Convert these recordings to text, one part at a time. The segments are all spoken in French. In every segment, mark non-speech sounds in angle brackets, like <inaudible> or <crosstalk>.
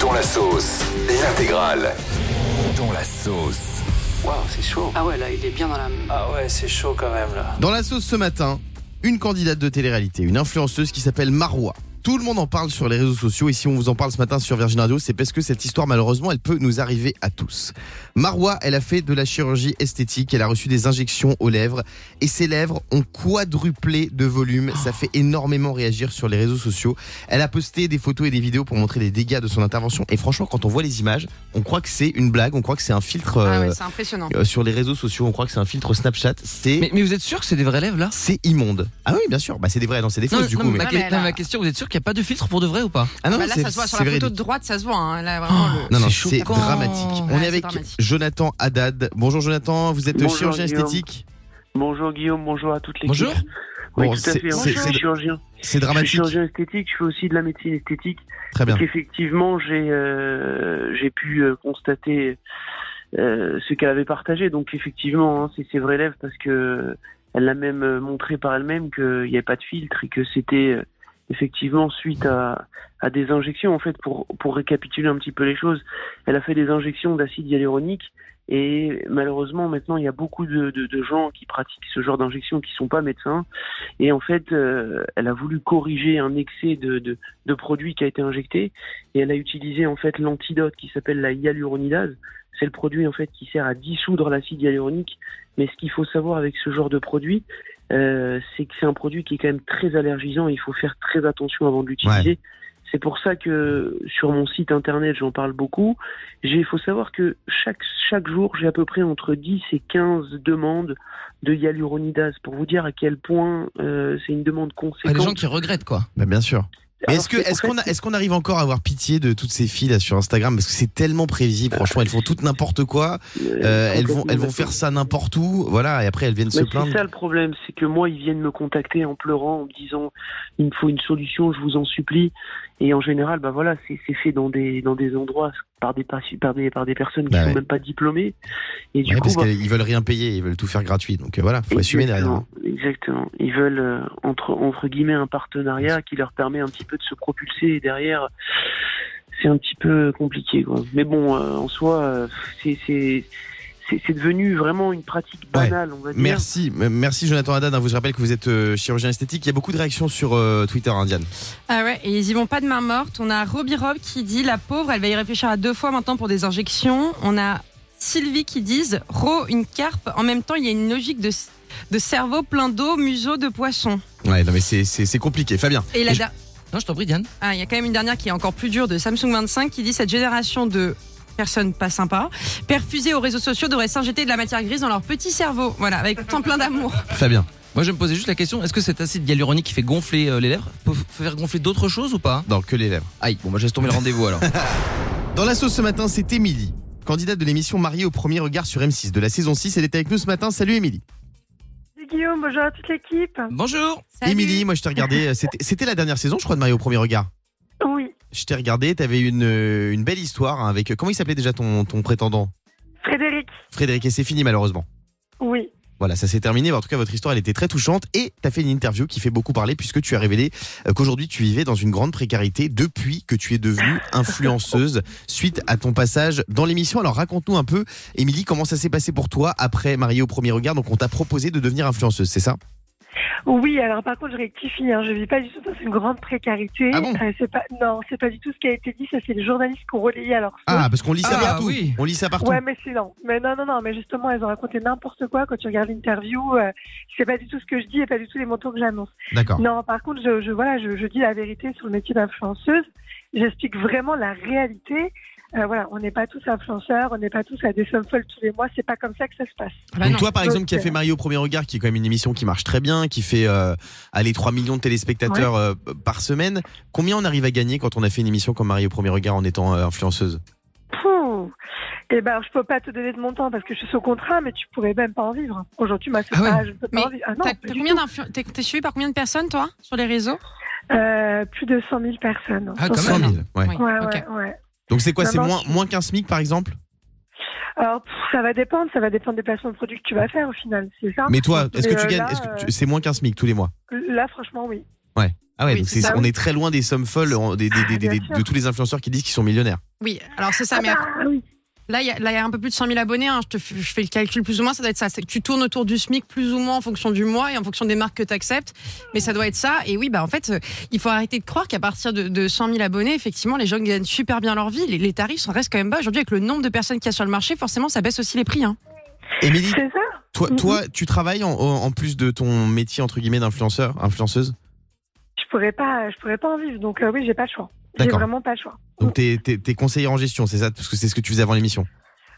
Dont la sauce, l'intégrale. Dans la sauce. Waouh, c'est chaud. Ah ouais, là, il est bien dans la. Ah ouais, c'est chaud quand même là. Dans la sauce ce matin, une candidate de télé-réalité, une influenceuse qui s'appelle Marois. Tout le monde en parle sur les réseaux sociaux et si on vous en parle ce matin sur Virgin Radio, c'est parce que cette histoire malheureusement, elle peut nous arriver à tous. Marois, elle a fait de la chirurgie esthétique, elle a reçu des injections aux lèvres et ses lèvres ont quadruplé de volume. Ça fait énormément réagir sur les réseaux sociaux. Elle a posté des photos et des vidéos pour montrer les dégâts de son intervention et franchement, quand on voit les images, on croit que c'est une blague, on croit que c'est un filtre Ah euh, ouais, c'est impressionnant. euh, sur les réseaux sociaux, on croit que c'est un filtre Snapchat. C'est Mais, mais vous êtes sûr que c'est des vrais lèvres là c'est immonde. Ah oui, bien sûr. Bah, c'est des vrais, non, c'est des fausses non, du non, coup. ma, mais- Ah, que- mais non, là- ma question, vous êtes sûr qu'il n'y a pas de filtre pour de vrai ou pas Ah non, Bah non, là, c'est- ça se voit sur c'est la vrai photo du- de droite, ça se voit. hein. Là, vraiment, le- Oh, Non, non, C'est chaud. c'est Quand- dramatique. On Ouais, est c'est avec dramatique. Jonathan Haddad. Bonjour Jonathan, vous êtes Bonjour, chirurgien Guillaume. esthétique. Bonjour Guillaume, bonjour à toutes les Bonjour. Oui, Bon, tout à c'est- fait. hein. c'est- Je c'est- suis chirurgien. C'est Je suis dramatique. chirurgien esthétique, je fais aussi de la médecine esthétique. Très bien. Donc effectivement, j'ai euh, j'ai pu euh, constater euh, ce qu'elle avait partagé. Donc effectivement, hein, c'est ses vrais lèvres parce que elle l'a même euh, montré par elle-même qu'il n'y avait pas de filtre et que c'était euh, effectivement suite à, à des injections. En fait, pour, pour récapituler un petit peu les choses, elle a fait des injections d'acide hyaluronique. Et malheureusement, maintenant, il y a beaucoup de, de- de gens qui pratiquent ce genre d'injections qui sont pas médecins. Et en fait, euh, elle a voulu corriger un excès de, de, de produit qui a été injecté et elle a utilisé en fait l'antidote qui s'appelle la hyaluronidase. C'est le produit en fait qui sert à dissoudre l'acide hyaluronique. Mais ce qu'il faut savoir avec ce genre de produit, euh, c'est que c'est un produit qui est quand même très allergisant. Et il faut faire très attention avant de l'utiliser. C'est pour ça que sur mon site internet, j'en parle beaucoup. J'ai- Il faut savoir que chaque, chaque jour, j'ai à peu près entre 10 et 15 demandes de hyaluronidase pour vous dire à quel point euh, c'est une demande Ah, Les conséquente. gens qui regrettent quoi. Bah, bien sûr. Mais Alors est-ce que que, en est-ce fait, qu'on a- est-ce qu'on arrive encore à avoir pitié de toutes ces filles là sur Instagram parce que c'est tellement prévisible franchement elles font toutes n'importe quoi Euh, Euh, elles vont elles vont complètement. faire ça n'importe où voilà et après elles viennent se Mais plaindre C'est ça le problème, c'est que moi, ils viennent me contacter en pleurant, en me disant il me faut une solution, je vous en supplie. Et en général, bah voilà, c'est c'est fait dans des dans des endroits par des par par des par des personnes qui Bah sont ouais. même pas diplômées. Et du Ouais, coup, parce bah, qu'ils veulent rien payer ils veulent tout faire gratuit donc euh, voilà faut assumer derrière hein. exactement, exactement. Ils veulent euh, entre entre guillemets un partenariat qui leur permet un petit peu de se propulser et derrière. C'est un petit peu compliqué, quoi. Mais bon, euh, en soi, euh, c'est c'est c'est- c'est devenu vraiment une pratique Ouais. banale, on va dire. Merci, m- merci Jonathan Haddad. hein. Vous je rappelle que vous êtes euh, chirurgien esthétique. Il y a beaucoup de réactions sur euh, Twitter, Indiane. Ah ouais, et ils y vont pas de main morte. On a Robbie Rob qui dit la pauvre, elle va y réfléchir à deux fois maintenant pour des injections. On a Sylvie qui disent Ro, une carpe. En même temps, il y a une logique de, de cerveau plein d'eau, museau de poisson. Ouais, non mais c'est- c'est c'est compliqué. Fabien. Et la Et je- der- Non, je t'en prie, Diane. Ah, il y a quand même une dernière qui est encore plus dure de Samsung 25 qui dit cette génération de personnes pas sympas, perfusées aux réseaux sociaux, devrait s'injecter de la matière grise dans leur petit cerveau. Voilà, avec tant plein d'amour. Fabien. Moi, je me posais juste la question est-ce que cet acide hyaluronique qui fait gonfler euh, les lèvres peut f- faire gonfler d'autres choses ou pas Non, que les lèvres. Aïe, bon, bah, je laisse tomber le rendez-vous alors. Dans la sauce ce matin, c'est Émilie, candidate de l'émission Mariée au premier regard sur M6 de la saison 6. Elle était avec nous ce matin. Salut Émilie. Salut Guillaume, bonjour à toute l'équipe. Bonjour Salut. Émilie, moi je t'ai regardé. euh, c'était- C'était la dernière saison, je crois, de Mariée au premier regard. Oui, Je t'ai regardé. T'avais une euh, une belle histoire hein, avec. Comment il s'appelait déjà ton ton prétendant Frédéric. Frédéric. Et c'est fini malheureusement. Oui, Voilà, ça s'est terminé. mais En tout cas, votre histoire, elle était très touchante. Et tu as fait une interview qui fait beaucoup parler puisque tu as révélé euh, qu'aujourd'hui, tu vivais dans une grande précarité depuis que tu es devenue influenceuse suite à ton passage dans l'émission. Alors, raconte-nous un peu, Émilie, comment ça s'est passé pour toi après Mariée au premier regard. Donc, on t'a proposé de devenir influenceuse, c'est ça oui. Alors par contre, je rectifie. Hein, je vis pas du tout dans une grande précarité. Ah bon Euh, c'est pas, non, c'est pas du tout ce qui a été dit. Ça, c'est les journalistes qui ont relayé à leur sauce. Ah, parce qu'on lit ça Ah, partout. oui. On lit ça partout. Ouais, mais c'est non. Mais non, non, non. Mais justement, elles ont raconté n'importe quoi. Quand tu regardes l'interview, euh, c'est pas du tout ce que je dis et pas du tout les montants que j'annonce. D'accord. Non, par contre, je, je- voilà, je, je dis la vérité sur le métier d'influenceuse. J'explique vraiment la réalité. Euh, voilà, on n'est pas tous influenceurs, on n'est pas tous à des sommes folles tous les mois. C'est pas comme ça que ça se passe. Ah bah Donc non. toi par exemple qui a Ok. fait Mariée au premier regard qui est quand même une émission qui marche très bien qui fait euh, allez 3 millions de téléspectateurs euh, par semaine combien on arrive à gagner quand on a fait une émission comme Mariée au premier regard en étant euh, influenceuse Pouh. Eh ben, je peux pas te donner de montant parce que je suis sous contrat, mais tu pourrais même pas en vivre. Aujourd'hui, ma Ah ouais. pas, je peux pas Mais en vivre. Ah non, T'as- pas t'as du combien d'influ- T'es t'es suivi par combien de personnes, toi, sur les réseaux tout. Euh, plus de 100 000 personnes. Ah, quand Donc, 100 000, ouais. Oui, Ouais, ok. ouais, ouais. Donc c'est quoi C'est Maman, moins, moins qu'un SMIC par exemple Alors, pff, ça va dépendre, ça va dépendre des placements de produits que tu vas faire au final, c'est ça Mais toi, est-ce que Mais, tu Ah, euh, gagnes là, est-ce que tu- C'est moins qu'un SMIC tous les mois Là, franchement, oui. Ouais. Ah ouais, Oui, donc c'est c'est- ça, on oui. est très loin des sommes folles en- des- des- des- des- bien des- sûr. de tous les influenceurs qui disent qu'ils sont millionnaires. Oui, alors c'est ça, mais Ah bah, oui. Là, il y, a- là, il y a un peu plus de 100 000 abonnés. hein. Je, te, f- je fais le calcul plus ou moins. Ça doit être ça. C'est que tu tournes autour du SMIC plus ou moins en fonction du mois et en fonction des marques que tu acceptes. Mais ça doit être ça. Et oui, bah, en fait, euh, il faut arrêter de croire qu'à partir de, de 100 000 abonnés, effectivement, les gens gagnent super bien leur vie. Les, les tarifs sont- restent quand même bas. Aujourd'hui, avec le nombre de personnes qu'il y a sur le marché, forcément, ça baisse aussi les prix. hein. Émilie, C'est Mm-hmm. ça toi, toi, tu travailles en, en- en plus de ton métier entre guillemets d'influenceur, influenceuse. Je pourrais pas, je pourrais pas en vivre. Donc euh, oui, j'ai pas le choix. J'ai D'accord. vraiment pas le choix. Donc t'es, t'es, t'es conseillère en gestion, c'est ça, parce que c'est ce que tu faisais avant l'émission.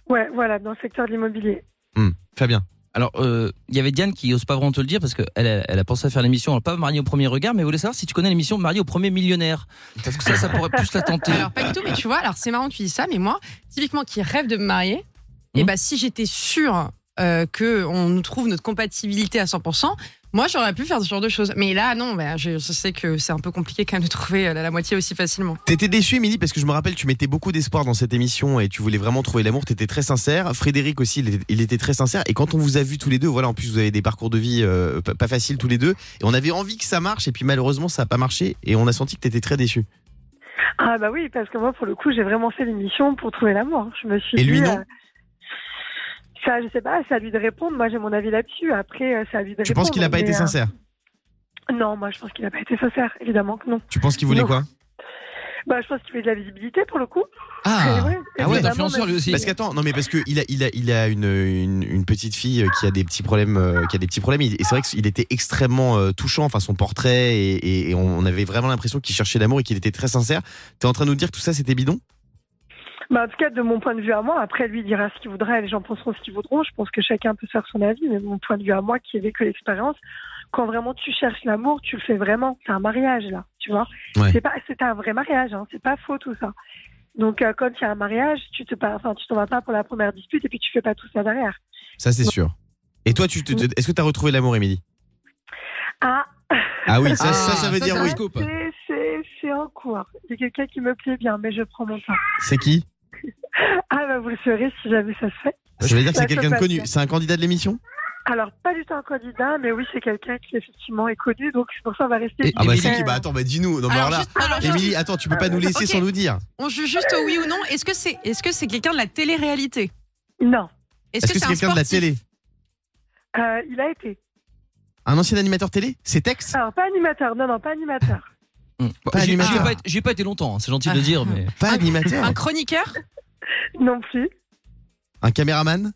Ouais, voilà, dans le secteur de l'immobilier. Hmm. Fabien. Alors, euh, il y avait Diane qui ose pas vraiment te le dire parce qu'elle a, elle a pensé à faire l'émission, alors pas Marié au premier regard, mais elle voulait savoir si tu connais l'émission Marié au premier millionnaire. Parce que ça, ça pourrait plus la tenter. Alors, pas du tout, mais tu vois, alors c'est marrant que tu dis ça, mais moi, typiquement, qui rêve de me marier, et Hmm. Mhm. bah, si j'étais sûre euh, que on nous trouve notre compatibilité à 100%, moi, j'aurais pu faire ce genre de choses. Mais là, non, bah, je, je sais que c'est un peu compliqué quand même de trouver euh, la, la moitié aussi facilement. T'étais déçue, Émilie, parce que je me rappelle, tu mettais beaucoup d'espoir dans cette émission et tu voulais vraiment trouver l'amour. T'étais très sincère. Frédéric aussi, il était, il était très sincère. Et quand on vous a vu tous les deux, voilà, en plus vous avez des parcours de vie euh, pas, pas faciles tous les deux, et on avait envie que ça marche. Et puis malheureusement, ça a pas marché. Et on a senti que t'étais très déçue. Ah bah oui, parce que moi, pour le coup, j'ai vraiment fait l'émission pour trouver l'amour. Je me suis Et dit, lui, non euh, ça, je sais pas, c'est à lui de répondre. Moi, j'ai mon avis là-dessus. Après, euh, c'est à lui de Tu répondre. penses qu'il a pas mais, été euh, sincère Non, moi, je pense qu'il a pas été sincère. Évidemment que non. Tu penses qu'il voulait non. quoi Bah, je pense qu'il fait de la visibilité pour le coup. Ah, Et ouais, ah ouais, évidemment, influenceur, mais- lui aussi. Parce qu'attends, non mais parce que il a, il a, il a une, une, une petite fille qui a des petits problèmes, euh, qui a des petits problèmes. Il- Et c'est vrai qu'il était extrêmement euh, touchant, enfin son portrait, et, et- et on avait vraiment l'impression qu'il cherchait l'amour et qu'il était très sincère. T'es en train de nous dire que tout ça c'était bidon Bah, en tout cas, de mon point de vue à moi, après, lui dira ce qu'il voudra et les gens penseront ce qu'ils voudront. Je pense que chacun peut se faire son avis, mais mon point de vue à moi qui ai vécu l'expérience, quand vraiment tu cherches l'amour, tu le fais vraiment. C'est un mariage, là, tu vois. Ouais. C'est pas, c'est un vrai mariage, hein. C'est pas faux, tout ça. Donc, euh, quand il y a un mariage, tu te, pas- enfin, tu t'en vas pas pour la première dispute et puis tu fais pas tout ça derrière. Ça c'est sûr. Et toi, tu te- Oui. est-ce que t'as retrouvé l'amour, Émilie Ah, Ah oui, ça, Ah, ça, ça veut ça, dire ça- oui. scoop. c'est, c'est, c'est en cours. Il y a quelqu'un qui me plaît bien, mais je prends mon temps. C'est qui Ah, bah, vous le saurez si jamais ça se fait. Je vais dire que c'est Bah, quelqu'un de Chopin. connu. C'est un candidat de l'émission Alors, pas du tout un candidat, mais oui, c'est quelqu'un qui, effectivement, est connu, donc c'est pour ça, on va rester. Ah bah discret. c'est qui Bah attends, bah dis-nous. Non, mais alors là, juste- alors, juste- Euh, Émilie, attends, tu peux pas nous laisser Ok. sans nous dire. on joue juste au oui ou non. Est-ce que c'est est -ce c'est quelqu'un de la télé-réalité Non. Est-ce Est-ce que c'est un quelqu'un de la sportif télé Euh, il a été. Un ancien animateur télé C'est Tex Alors, pas animateur, non, non, pas animateur. Mmh. Bon, Pas J'ai j'ai animateur. pas, été- j'ai pas été longtemps, hein, c'est gentil de le dire, mais. Pas animateur Un chroniqueur Non plus. Un caméraman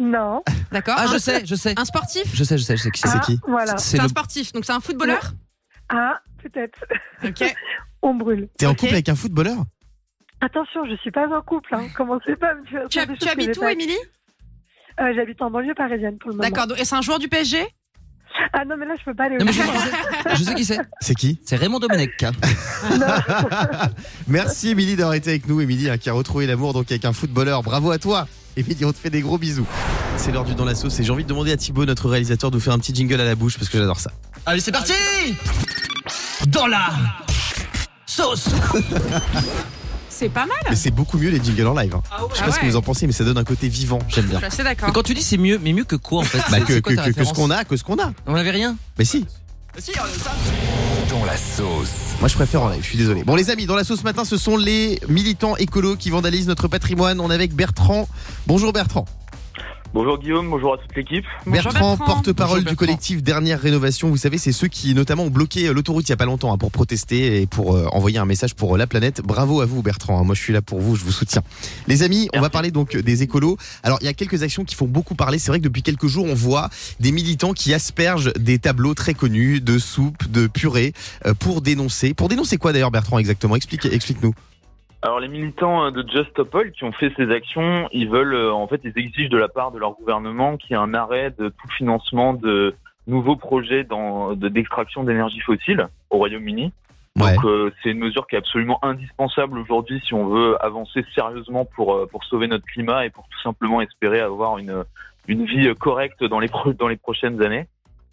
Non. D'accord. Ah, un, je sais, je sais. un sportif Je sais, je sais, je sais qui c'est. Ah, qui Voilà. C'est C'est le. un sportif, donc c'est un footballeur Ah, peut-être. Ok. On brûle. T'es en Ok. couple avec un footballeur Attention, je suis pas en couple, hein. Commencez pas à me dire. Tu, dire hab- des tu choses que habites j'ai où, pas- Émilie Euh, J'habite en banlieue parisienne pour le moment. D'accord. donc- Et c'est un joueur du PSG Ah non, mais là, je peux pas aller au Non, mais je, je sais, je sais qui c'est. C'est qui <laughs> C'est Raymond Domenech. hein. Merci Émilie d'avoir été avec nous, Émilie hein, qui a retrouvé l'amour donc avec un footballeur. Bravo à toi Émilie, on te fait des gros bisous. C'est l'heure du dans la sauce et j'ai envie de demander à Thibaut, notre réalisateur, de nous faire un petit jingle à la bouche parce que j'adore ça. Allez, c'est parti Dans la sauce C'est pas mal. Mais c'est beaucoup mieux les jingles en live. hein. Je sais pas Ah ce que ouais. vous en pensez, mais ça donne un côté vivant. J'aime Je bien. <laughs> suis assez d'accord. Mais quand tu dis c'est mieux, mais mieux que quoi en fait Bah C'est- que, c'est quoi que- ta que- que ce référence qu'on a, que ce qu'on a. On avait rien Mais si, Dans la sauce. moi je préfère en live, je suis désolé. Bon les amis, dans la sauce ce matin, ce sont les militants écolos qui vandalisent notre patrimoine. On est avec Bertrand. Bonjour Bertrand. Bonjour Guillaume, bonjour à toute l'équipe. Bonjour Bertrand, Bertrand. porte-parole Bonjour du Bertrand. collectif Dernière Rénovation. Vous savez, c'est ceux qui notamment ont bloqué euh, l'autoroute il y a pas longtemps hein, pour protester et pour euh, envoyer un message pour euh, la planète. Bravo à vous Bertrand. hein. Moi je suis là pour vous, je vous soutiens. Les amis, on va parler donc des écolos. Alors il y a quelques actions qui font beaucoup parler. C'est vrai que depuis quelques jours on voit des militants qui aspergent des tableaux très connus de soupe, de purée euh, pour dénoncer. Pour dénoncer quoi d'ailleurs Bertrand exactement Explique, explique nous. Alors les militants euh, de Just Stop Oil qui ont fait ces actions, ils veulent euh, en fait ils exigent de la part de leur gouvernement qu'il y ait un arrêt de tout financement de nouveaux projets dans- de- d'extraction d'énergie fossile au Royaume-Uni. Donc euh, c'est une mesure qui est absolument indispensable aujourd'hui si on veut avancer sérieusement pour euh, pour sauver notre climat et pour tout simplement espérer avoir une une vie euh, correcte dans les pro- dans les prochaines années.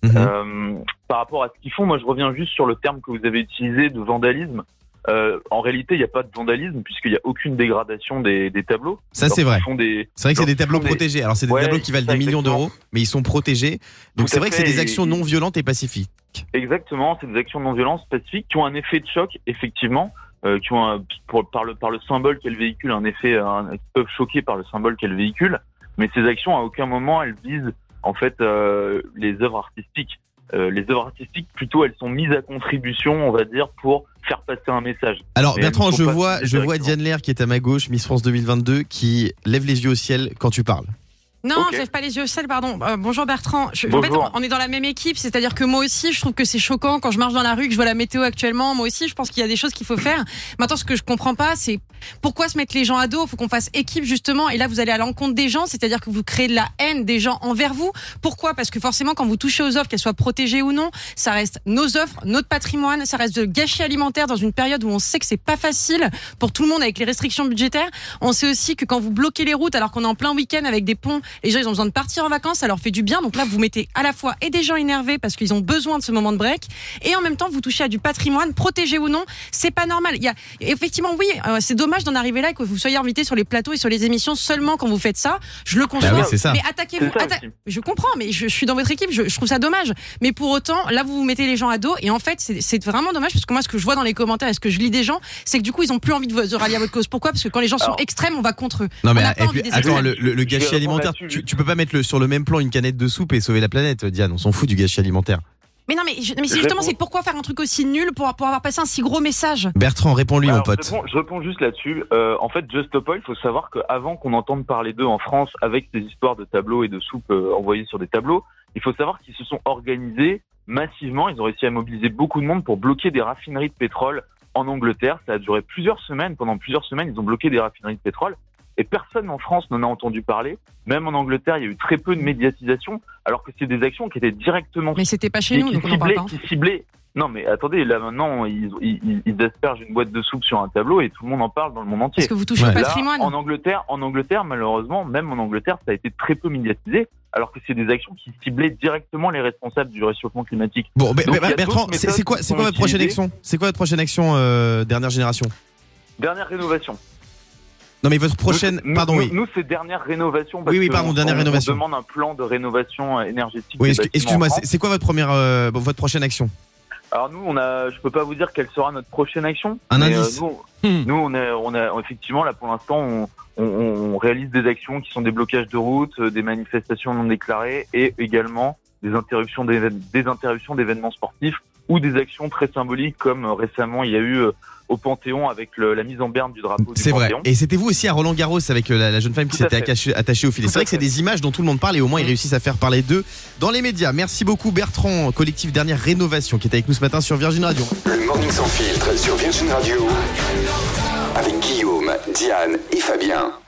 Mhm. Euh, par rapport à ce qu'ils font, moi je reviens juste sur le terme que vous avez utilisé de vandalisme. Euh, en réalité, il n'y a pas de vandalisme puisqu'il n'y a aucune dégradation des, des tableaux. Ça, c'est Lorsqu'ils vrai. font des- C'est vrai que c'est des lorsqu'ils tableaux font protégés. Alors, c'est des Ouais, tableaux qui c'est valent ça, des millions exactement. d'euros, mais ils sont protégés. Donc, Tout c'est à vrai que c'est fait, des et- actions non violentes et pacifiques. Exactement, c'est des actions de non-violence pacifiques qui ont un effet de choc, effectivement, euh, qui ont un- pour- par, le, par le symbole qu'elles véhiculent, un effet, un, qui peuvent choquer par le symbole qu'elles véhiculent, mais ces actions, à aucun moment, elles visent en fait euh, les œuvres artistiques. Euh, les œuvres artistiques, plutôt, elles sont mises à contribution, on va dire, pour faire passer un message. Alors Mais Bertrand, elles ne je sont pas vois, visées je vois directement. Diane Lair qui est à ma gauche, Miss France 2022, qui lève les yeux au ciel quand tu parles. Non, Ok. je lève pas les yeux au ciel, pardon. Euh, bonjour Bertrand. Je- En Bonjour. fait, on est dans la même équipe, c'est-à-dire que moi aussi, je trouve que c'est choquant quand je marche dans la rue, que je vois la météo actuellement. Moi aussi, je pense qu'il y a des choses qu'il faut faire. Maintenant, ce que je comprends pas, c'est pourquoi se mettre les gens à dos Il faut qu'on fasse équipe justement. Et là, vous allez à l'encontre des gens, c'est-à-dire que vous créez de la haine des gens envers vous. Pourquoi Parce que forcément, quand vous touchez aux offres, qu'elles soient protégées ou non, ça reste nos offres, notre patrimoine, ça reste le gâchis alimentaire dans une période où on sait que c'est pas facile pour tout le monde avec les restrictions budgétaires. On sait aussi que quand vous bloquez les routes alors qu'on est en plein week-end avec des ponts, les gens ils ont besoin de partir en vacances, ça leur fait du bien. Donc là, vous mettez à la fois et des gens énervés parce qu'ils ont besoin de ce moment de break et en même temps vous touchez à du patrimoine, protégé ou non, c'est pas normal. Il y a effectivement oui, euh, c'est dommage d'en arriver là et que vous soyez invité sur les plateaux et sur les émissions seulement quand vous faites ça. Je le conçois. Bah oui, c'est ça. Mais attaquez-vous. C'est ça atta- aussi. je comprends, mais je, je suis dans votre équipe, je, je trouve ça dommage. Mais pour autant, là, vous vous mettez les gens à dos, et en fait, c'est- c'est vraiment dommage, parce que moi, ce que je vois dans les commentaires et ce que je lis des gens, c'est que du coup, ils ont plus envie de, vous- de rallier à votre cause. Pourquoi Parce que quand les gens sont Alors- extrêmes, on va contre eux. Non mais n'a pas et envie puis, des attends, exemples. le, le- le Je vais gâchis répondre alimentaire, là-dessus, tu, juste. tu peux pas mettre le, sur le même plan une canette de soupe et sauver la planète, euh, Diane. On s'en fout du gâchis alimentaire. Mais non, mais, je- mais c'est Je justement, réponds. c'est pourquoi faire un truc aussi nul pour, pour avoir passé un si gros message Bertrand, réponds-lui, mon Alors, pote. Je réponds, je réponds juste là-dessus. Euh, en fait, Just Stop Oil, il faut savoir qu'avant qu'on entende parler d'eux en France avec ces histoires de tableaux et de soupes euh, envoyées sur des tableaux, il faut savoir qu'ils se sont organisés massivement. Ils ont réussi à mobiliser beaucoup de monde pour bloquer des raffineries de pétrole en Angleterre. Ça a duré plusieurs semaines. Pendant plusieurs semaines, ils ont bloqué des raffineries de pétrole. Et personne en France n'en a entendu parler. Même en Angleterre, il y a eu très peu de médiatisation, alors que c'est des actions qui étaient directement Mais c'était pas chez nous, qui donc on en parle ciblait, pas. hein. qui ciblait. Non, mais attendez, là maintenant, ils, ils, ils aspergent une boîte de soupe sur un tableau et tout le monde en parle dans le monde entier. Parce que vous touchez Ouais. au Là, patrimoine. en Angleterre, en Angleterre, malheureusement, même en Angleterre, ça a été très peu médiatisé, alors que c'est des actions qui ciblaient directement les responsables du réchauffement climatique. Bon, mais- Donc, mais- il y a Bertrand, d'autres c'est c'est quoi, méthodes c'est quoi qui votre sont prochaine utilisées. action C'est quoi votre prochaine action euh, dernière génération Dernière rénovation. Non mais votre prochaine, Nous- nous- pardon, nous, oui. Nous, c'est dernière rénovation. Oui, oui, que pardon, on- dernière on- rénovation. On demande un plan de rénovation énergétique. Oui, des excu- bâtiments en excuse-moi, France. c'est c'est quoi votre première, euh, votre prochaine action Alors nous, on a, je peux pas vous dire quelle sera notre prochaine action. Un mais, indice. euh, nous, Hmm. nous, on a, on a effectivement là pour l'instant, on, on- on réalise des actions qui sont des blocages de routes, euh, des manifestations non déclarées et également des interruptions d'éven- des interruptions d'événements sportifs ou des actions très symboliques comme euh, récemment il y a eu euh, au Panthéon avec le- la mise en berne du drapeau du C'est vrai. Panthéon. Et c'était vous aussi à Roland Garros avec euh, la, la jeune femme qui Tout à s'était fait. attachée, attachée au filet. Tout C'est vrai à que c'est fait. Mm. des images dont tout le monde parle et au moins ils réussissent à faire parler d'eux dans les médias. Merci beaucoup Bertrand, collectif Dernière Rénovation, qui est avec nous ce matin sur Virgin Radio. Le Morning Sans Filtre sur Virgin Radio avec Guillaume, Diane et Fabien.